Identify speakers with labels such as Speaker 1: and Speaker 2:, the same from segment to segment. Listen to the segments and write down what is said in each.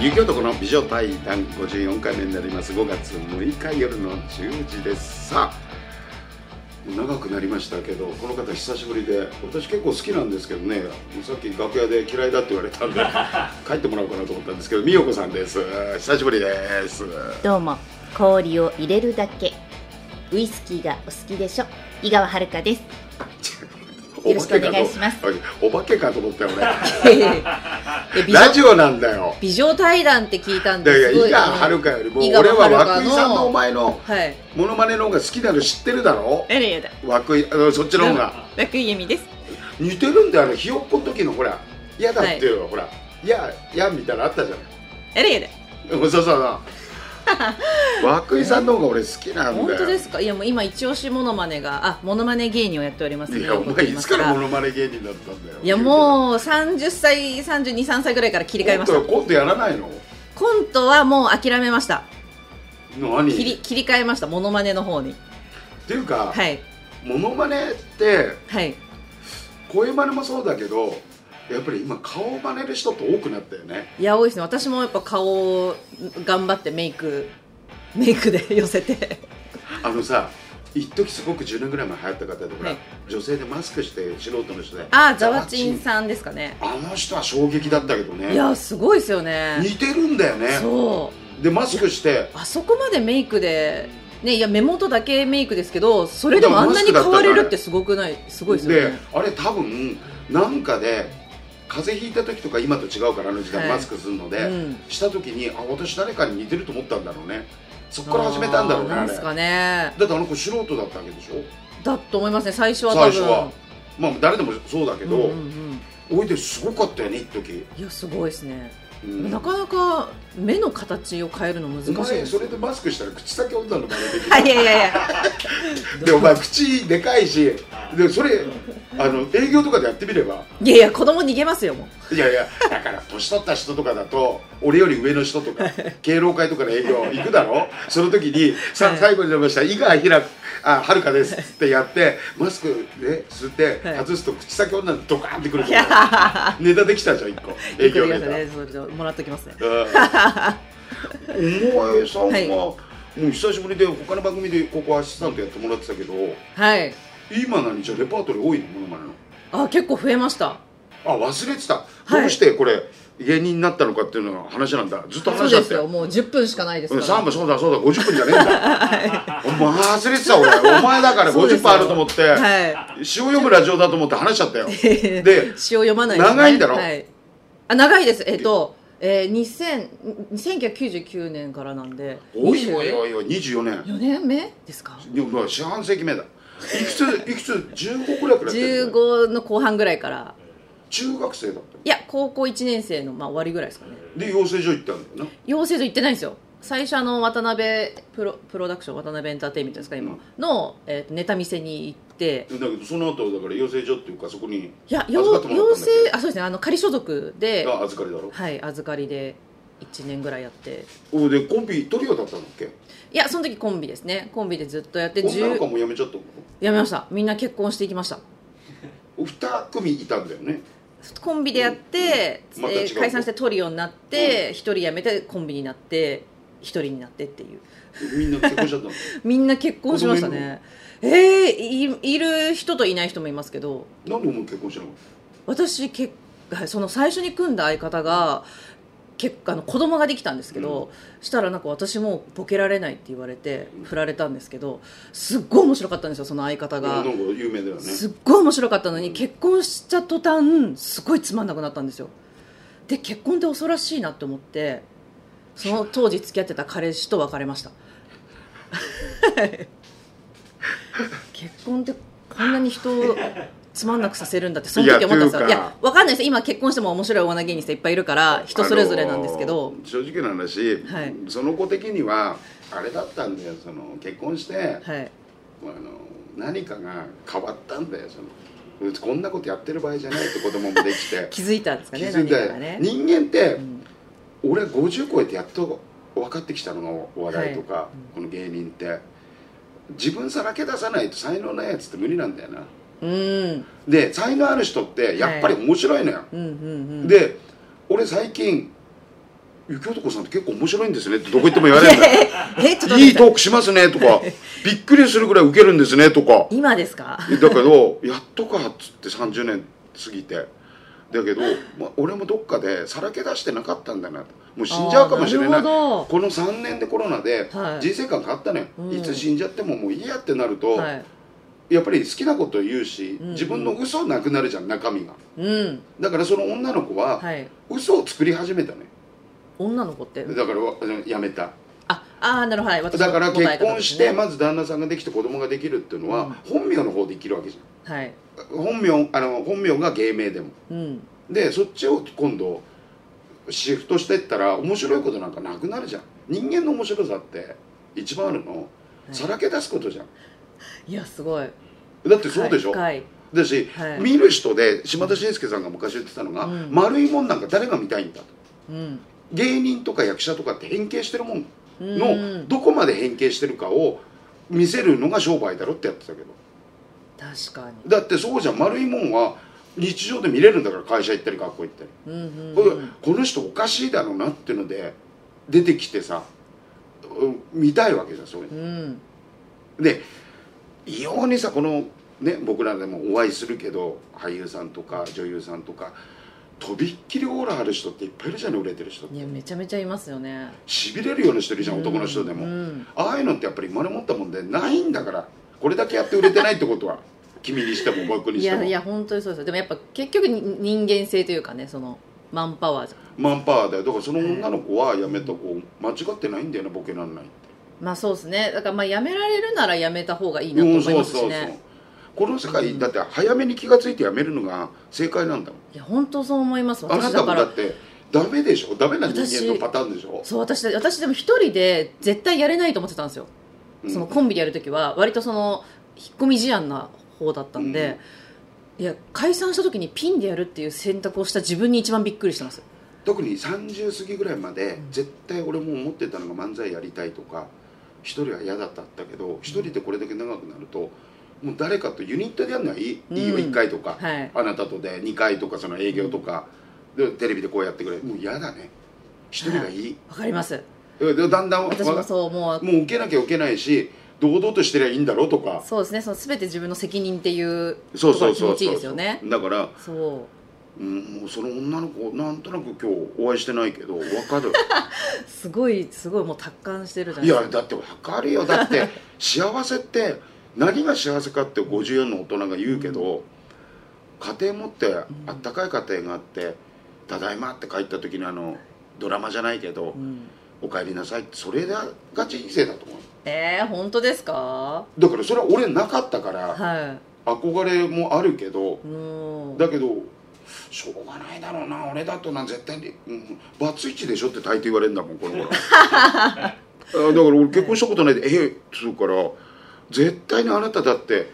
Speaker 1: 雪男の美女対談54回目になります5月6日夜の10時ですさあ長くなりましたけどこの方久しぶりで私結構好きなんですけどねさっき楽屋で嫌いだって言われたん で帰ってもらおうかなと思ったんですけど美代子さんです久しぶりです
Speaker 2: どうも氷を入れるだけウイスキーがお好きでしょ井川遥ですよろしくお願いします
Speaker 1: お化けかと思ったよ 俺
Speaker 3: え美
Speaker 1: ラ
Speaker 3: 女
Speaker 1: ジオなんだよ
Speaker 3: 美女対談って聞いたん
Speaker 1: だか
Speaker 3: で
Speaker 1: ら
Speaker 3: すごい
Speaker 1: 井川遥よりも
Speaker 3: 井
Speaker 1: 俺
Speaker 3: 川
Speaker 1: は
Speaker 3: 遥
Speaker 1: 涌井さんのお前の
Speaker 3: はい
Speaker 1: モノマネの方が好きなの知ってるだろ
Speaker 3: やだやだ
Speaker 1: 涌井あのそっちの方が
Speaker 3: 楽井由美です
Speaker 1: 似てるんだよあのひよっこの時のほら嫌だっていう、ほら「いやいや」みたいなのあったじゃん
Speaker 3: やだやだ
Speaker 1: そうそうそう 涌井さんの方が俺好きなんだよ
Speaker 3: 本当ですかいやもう今一押しモノマネがあモノマネ芸人をやっております
Speaker 1: いやお前いつからモノマネ芸人だったんだよ
Speaker 3: いやもう30歳323歳ぐらいから切り替えまし
Speaker 1: コ
Speaker 3: た
Speaker 1: ントコントやらないの
Speaker 3: コントはもう諦めました
Speaker 1: 何
Speaker 3: 切り切り替えましたモノマネの方に
Speaker 1: っていうか、
Speaker 3: はい
Speaker 1: モノマネって
Speaker 3: はい
Speaker 1: 声真似もそうだけどやっぱり今顔真似る人って多くなったよね
Speaker 3: いや多いですね私もやっぱ顔を頑張ってメイクメイクで 寄せて
Speaker 1: あのさ一時すごく10年ぐらい前流行った方でほら、
Speaker 3: はい
Speaker 1: 女性でマスクして素人の人で
Speaker 3: ああザワチンさんですかね
Speaker 1: あの人は衝撃だったけどね
Speaker 3: いやすごいですよね
Speaker 1: 似てるんだよね
Speaker 3: そう
Speaker 1: でマスクして
Speaker 3: あそこまでメイクで、ね、いや目元だけメイクですけどそれでもあんなに変われるってすごくないすごいですよ
Speaker 1: で
Speaker 3: ね
Speaker 1: あれ多分なんかで風邪ひいた時とか今と違うからあの時代
Speaker 3: はい
Speaker 1: マスクするので、
Speaker 3: うん
Speaker 1: した時にあ私誰かに似てると思ったんだろうねそこから始めたんだろうね
Speaker 3: あーな
Speaker 1: あ
Speaker 3: ん
Speaker 1: れ
Speaker 3: すかね
Speaker 1: だってあの子素人だったわけでしょ
Speaker 3: だと思いますね最初は多
Speaker 1: 最
Speaker 3: 分
Speaker 1: 初はまあ誰でもそうだけど、
Speaker 3: うんうんうん
Speaker 1: おいですごかったよね一時、
Speaker 3: いやすごいですね、
Speaker 1: うん
Speaker 3: なかなか目の形を変えるの難し
Speaker 1: お
Speaker 3: い
Speaker 1: 前
Speaker 3: です
Speaker 1: それでマスクしたら口先女の真似でき
Speaker 3: あいやいやいや
Speaker 1: るでお前口でかいしでそれあの営業とかでやってみれば
Speaker 3: いやいや子供逃げますよもう
Speaker 1: いやいやだから年取った人とかだと俺より上の人 とか敬老会とかの営業行くだろその時に「さ
Speaker 3: は
Speaker 1: あ
Speaker 3: い
Speaker 1: 最後に出ました井川ひらあはるかです」ってやってマスクね吸って
Speaker 3: はい
Speaker 1: 外すと口先女にドカーンってくる
Speaker 3: い
Speaker 1: じ
Speaker 3: や
Speaker 1: ゃんネタできたじゃん一個営業
Speaker 3: び
Speaker 1: ネ
Speaker 3: っく
Speaker 1: タ
Speaker 3: りしましたねそれじゃあもらっときますね
Speaker 1: うん お前さんは、
Speaker 3: はい
Speaker 1: もう久しぶりで他の番組でここアシスタントやってもらってたけど
Speaker 3: はい
Speaker 1: 今何じゃレパートリー多いのものまねの
Speaker 3: あ結構増えました
Speaker 1: あ忘れてた、
Speaker 3: はい
Speaker 1: どうしてこれ芸人になったのかっていうのが話なんだずっと
Speaker 3: そう
Speaker 1: 話だ
Speaker 3: で
Speaker 1: っ
Speaker 3: す
Speaker 1: たよ
Speaker 3: よもう10分しかないです
Speaker 1: うん、
Speaker 3: から
Speaker 1: 3分そうだそうだ50分じゃねえんだお前忘れてた俺お前だから
Speaker 3: そうで
Speaker 1: 50
Speaker 3: すよ
Speaker 1: 分あると思って、
Speaker 3: は
Speaker 1: 詩を読むラジオだと思って話しちゃったよ
Speaker 3: い
Speaker 1: で
Speaker 3: 詩を読まないですね
Speaker 1: 長いんだろ
Speaker 3: はい、あ長いですえっと、えー、2000 1999年からなんで
Speaker 1: おいおいおいおい24年
Speaker 3: 4年目ですか
Speaker 1: でもまあ四半世紀目だいくついくつ15くらいくらいやってる
Speaker 3: 15の後半ぐらいから
Speaker 1: 中学生だった
Speaker 3: いや高校1年生の、まあ、終わりぐらいですかね
Speaker 1: で養成所行ったんだよな
Speaker 3: 養成所行ってないんですよ最初あの渡辺プロプロダクション渡辺エンターテインメントですか今、
Speaker 1: うん
Speaker 3: の、えーとネタ見せに行って
Speaker 1: だけどその後だから養成所っていうかそこに
Speaker 3: いや
Speaker 1: 預かっ
Speaker 3: 養
Speaker 1: てもらっ
Speaker 3: 養
Speaker 1: たん
Speaker 3: 成
Speaker 1: だっけ
Speaker 3: あそうですねあの仮所属で
Speaker 1: が預かりだろ
Speaker 3: はい預かりで1年ぐらいやって
Speaker 1: おでコンビトリオだったんだっけ
Speaker 3: いやその時コンビですねコンビでずっとやって
Speaker 1: 女の
Speaker 3: 10
Speaker 1: 子も辞めちゃったの
Speaker 3: やめましたみんな結婚していきました
Speaker 1: 2組いたんだよね
Speaker 3: コンビでやって、
Speaker 1: うんまた
Speaker 3: えー
Speaker 1: 違う子
Speaker 3: 解散してトリオになって一、人辞めてコンビになって一人になってっていう
Speaker 1: みんな結婚しちゃったの
Speaker 3: みんな結婚しましたねえー、いいる人といない人もいますけど
Speaker 1: なんでお前結婚しなかっ
Speaker 3: 私結はいその最初に組んだ相方が結あの子供ができたんですけど、したらなんか私もボケられないって言われて振られたんですけどすっごい面白かったんですよその相方
Speaker 1: たな
Speaker 3: が
Speaker 1: んか有名だよね
Speaker 3: すっごい面白かったの
Speaker 1: うん
Speaker 3: に結婚した途端すごいつまんなくなったんですよで結婚って恐ろしいなって思ってその当時付き合ってた彼氏と別れました 結婚ってこんなに人をつまんなくさせるんだってその時思ったんですよい
Speaker 1: いや
Speaker 3: や
Speaker 1: というか
Speaker 3: わかんないです今結婚しても面白い女芸人さんいっぱいいるから人それぞれなんですけど、
Speaker 1: あのー正直な話、
Speaker 3: はい
Speaker 1: その子的にはあれだったんだよその結婚して、
Speaker 3: はい
Speaker 1: あの何かが変わったんだよそのこんなことやってる場合じゃないって子供もできて
Speaker 3: 気づいたんですか
Speaker 1: 気
Speaker 3: ね
Speaker 1: づいた
Speaker 3: 何
Speaker 1: よ、
Speaker 3: かがね
Speaker 1: 人間って、
Speaker 3: うん
Speaker 1: 俺50超えてやっと分かってきたのがお笑いとか、
Speaker 3: はい
Speaker 1: この芸人って自分さらけ出さないと才能ないやつって無理なんだよな
Speaker 3: うん
Speaker 1: で才能ある人ってやっぱり面白いのよ、
Speaker 3: うんうんうん
Speaker 1: で俺最近ゆきおとこさんって結構面白いんですねってどこ行っても言われるんだよ
Speaker 3: えちょっと待
Speaker 1: い
Speaker 3: っ
Speaker 1: い
Speaker 3: て
Speaker 1: トークしますねと かびっくりするぐらいウケるんですねとか
Speaker 3: 今ですか
Speaker 1: だけどやっとかっつって30年過ぎてだけど、まあ、俺もどっかでさらけ出してなかったんだなともう死んじゃうかもしれない
Speaker 3: あーなるほど
Speaker 1: この3年でコロナで
Speaker 3: はい
Speaker 1: 人生観変わったのよ、
Speaker 3: うん
Speaker 1: い、つ死んじゃってももういいやってなると、
Speaker 3: はい
Speaker 1: やっぱり好きなこと言うし、
Speaker 3: うんうん
Speaker 1: 自分の嘘なくなるじゃん中身が
Speaker 3: うん
Speaker 1: だからその女の子は
Speaker 3: はい
Speaker 1: 嘘を作り始めたね
Speaker 3: 女の子って
Speaker 1: だからわあのやめた
Speaker 3: ああーなるほどはい私の
Speaker 1: だから
Speaker 3: 答え
Speaker 1: 結
Speaker 3: 方
Speaker 1: 婚
Speaker 3: です
Speaker 1: して
Speaker 3: ね
Speaker 1: まず旦那さんができて子供ができるっていうのは本名の方で生きるわけじ
Speaker 3: はい
Speaker 1: ゃん本名あの本名が芸名でも
Speaker 3: うん
Speaker 1: でそっちを今度シフトしてったら面白いことなんかなくなるじゃん人間の面白さって一番あるのさらけ出すことじゃん
Speaker 3: いやすごい
Speaker 1: だってそうでしょ、
Speaker 3: はい
Speaker 1: だし、
Speaker 3: はい
Speaker 1: 見る人で島田紳介さんが昔言ってたのが、
Speaker 3: うん
Speaker 1: 丸いもんなんか誰が見たいんだと
Speaker 3: うん
Speaker 1: 芸人とか役者とかって変形してるもん
Speaker 3: うん
Speaker 1: のどこまで変形してるかを見せるのが商売だろってやってたけど
Speaker 3: 確かに
Speaker 1: だってそうじゃん丸いもんは日常で見れるんだから会社行ったり学校行ったり、
Speaker 3: うんうん
Speaker 1: これ
Speaker 3: うん
Speaker 1: この人おかしいだろうなっていうので出てきてさうん見たいわけじゃんそういう
Speaker 3: う
Speaker 1: の
Speaker 3: ん
Speaker 1: で異様にさこのね僕らでもお会いするけど俳優さんとか女優さんとかとびっきりオーラある人っていっぱいいるじゃん売れてる人
Speaker 3: いやめちゃめちゃいますよね
Speaker 1: しびれるような人いるじゃん男の人でも、
Speaker 3: うんうん
Speaker 1: ああいうのってやっぱり生まれ持ったもんでないんだからこれだけやって売れてないってことは 君にしても僕に
Speaker 3: い
Speaker 1: して
Speaker 3: や
Speaker 1: も
Speaker 3: いや本当にそうですよでもやっぱ結局に人間性というかねそのマンパワーじゃん
Speaker 1: マンパワーだよだからその女の子はやめた子間違ってないんだよねボケらんないって
Speaker 3: まあそうですねだからまあやめられるならやめた方がいいなと思いますしね
Speaker 1: この世界だって早めに気が付いてやめるのが正解なんだもん
Speaker 3: いや本当そう思います
Speaker 1: あな
Speaker 3: 私
Speaker 1: た
Speaker 3: だ
Speaker 1: も
Speaker 3: か
Speaker 1: だ
Speaker 3: ら
Speaker 1: ってダメでしょダメな人間のパターンでしょ、
Speaker 3: そう私私でも一人で絶対やれないと思ってたんですよ、
Speaker 1: うん
Speaker 3: そのコンビでやる時は割とその引っ込み思案な方だったんで、いや解散した時にピンでやるっていう選択をした自分に一番びっくりしてます
Speaker 1: 特に30過ぎぐらいまで
Speaker 3: うん
Speaker 1: 絶対俺も思ってたのが漫才やりたいとか一人は嫌だったんだけど一人でこれだけ長くなるともう誰かとユニットでやるのはいい,、いいよ
Speaker 3: うん
Speaker 1: 1回とか、
Speaker 3: はい
Speaker 1: あなたとで2回とかその営業とか、でテレビでこうやってくれもう嫌だね一人がいい、
Speaker 3: わかります
Speaker 1: でだんだんわ
Speaker 3: 私もそうもう
Speaker 1: もう受けなきゃ受けないし堂々としてりゃいいんだろうとか
Speaker 3: そうですねその全て自分の責任っていう
Speaker 1: そうそう
Speaker 3: とこ
Speaker 1: そ
Speaker 3: ろ
Speaker 1: う
Speaker 3: が気持ちいいです
Speaker 1: そ
Speaker 3: よ
Speaker 1: う
Speaker 3: ね
Speaker 1: だから
Speaker 3: そう
Speaker 1: うんもうその女の子なんとなく今日お会いしてないけどわかる
Speaker 3: すごいすごいもう達観してるじゃないいです
Speaker 1: や
Speaker 3: か
Speaker 1: だってわかるよだって 幸せって何が幸せかって54の大人が言うけど、家庭持ってあったかい家庭があって「ただいま」って帰った時にあのドラマじゃないけど
Speaker 3: うん
Speaker 1: 「おかえりなさい」ってそれが人生だと思う
Speaker 3: えー、本当ですか
Speaker 1: だからそれは俺なかったから
Speaker 3: は
Speaker 1: 憧れもあるけど
Speaker 3: いうん
Speaker 1: だけどしょうがないだろうな俺だとな絶対に、うん、バツイチでしょって大抵言われるんだもんこの頃あだから俺結婚したことないで「ええっ?」するから絶対にあなただって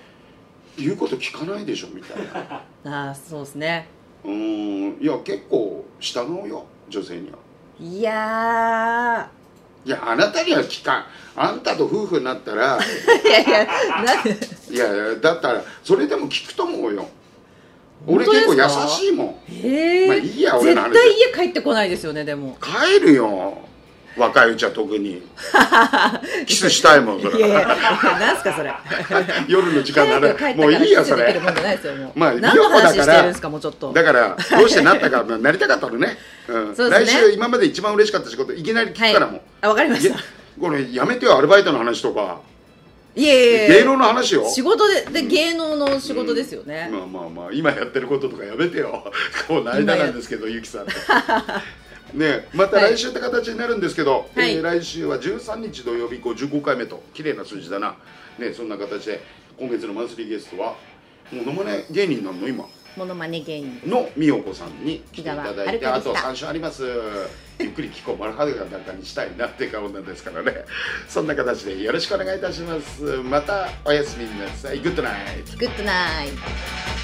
Speaker 1: 言うこと聞かないでしょみたいな
Speaker 3: あーそうですね
Speaker 1: うんいや結構従うよ女性にはい
Speaker 3: や
Speaker 1: いやあなたには聞かんあんたと夫婦になったら
Speaker 3: ーいやいやなんで
Speaker 1: いやいやだったらそれでも聞くと思うよ俺
Speaker 3: 本当で
Speaker 1: 結構
Speaker 3: すか
Speaker 1: 優しいもん
Speaker 3: えー
Speaker 1: まあいいや俺
Speaker 3: 絶
Speaker 1: の話
Speaker 3: 対家帰ってこないですよねでも
Speaker 1: 帰るよ若いうちは特 にキスしたいもんそ
Speaker 3: いやい
Speaker 1: れ
Speaker 3: やいやなんすかそれ
Speaker 1: 夜の時間な
Speaker 3: 早く帰っ
Speaker 1: ら
Speaker 3: た
Speaker 1: もう
Speaker 3: から
Speaker 1: いいや
Speaker 3: キス
Speaker 1: そ
Speaker 3: でき
Speaker 1: れ
Speaker 3: るもんじゃないですよもう
Speaker 1: まあ
Speaker 3: 何の
Speaker 1: 美代子だから
Speaker 3: 話してるんですかもうちょっと
Speaker 1: だからどうしてなったかまあなりたかったのね,、うん、
Speaker 3: そうです
Speaker 1: 来
Speaker 3: ね
Speaker 1: 週今まで一番嬉しかった仕事いきなり聞くからもう、
Speaker 3: あわかりま
Speaker 1: い
Speaker 3: し
Speaker 1: や
Speaker 3: た
Speaker 1: これやめてよアルバイトの話とか
Speaker 3: いやいやいや
Speaker 1: 芸能の話よ
Speaker 3: 仕事でで芸能の仕事ですよね、
Speaker 1: まあまあまあ今やってることとかやめてよ こう間なんですけどゆきさんと ねまた来週って形になるんですけど、
Speaker 3: はい
Speaker 1: えー来週は13日土曜日55回目と綺麗な数字だなねそんな形で今月のマンスリーゲストはものまね芸人なの今
Speaker 2: モノマネ芸人
Speaker 1: の美代子さんに来ていただい
Speaker 2: 井
Speaker 1: て
Speaker 2: 川
Speaker 1: あ
Speaker 2: 遥
Speaker 1: と
Speaker 2: でした
Speaker 1: 3週あります ゆっくり聞こう丸裸なんかにしたいなって顔なんですからねそんな形でよろしくお願いいたしますまたおやすみなさいグッドナイト
Speaker 2: グッドナイト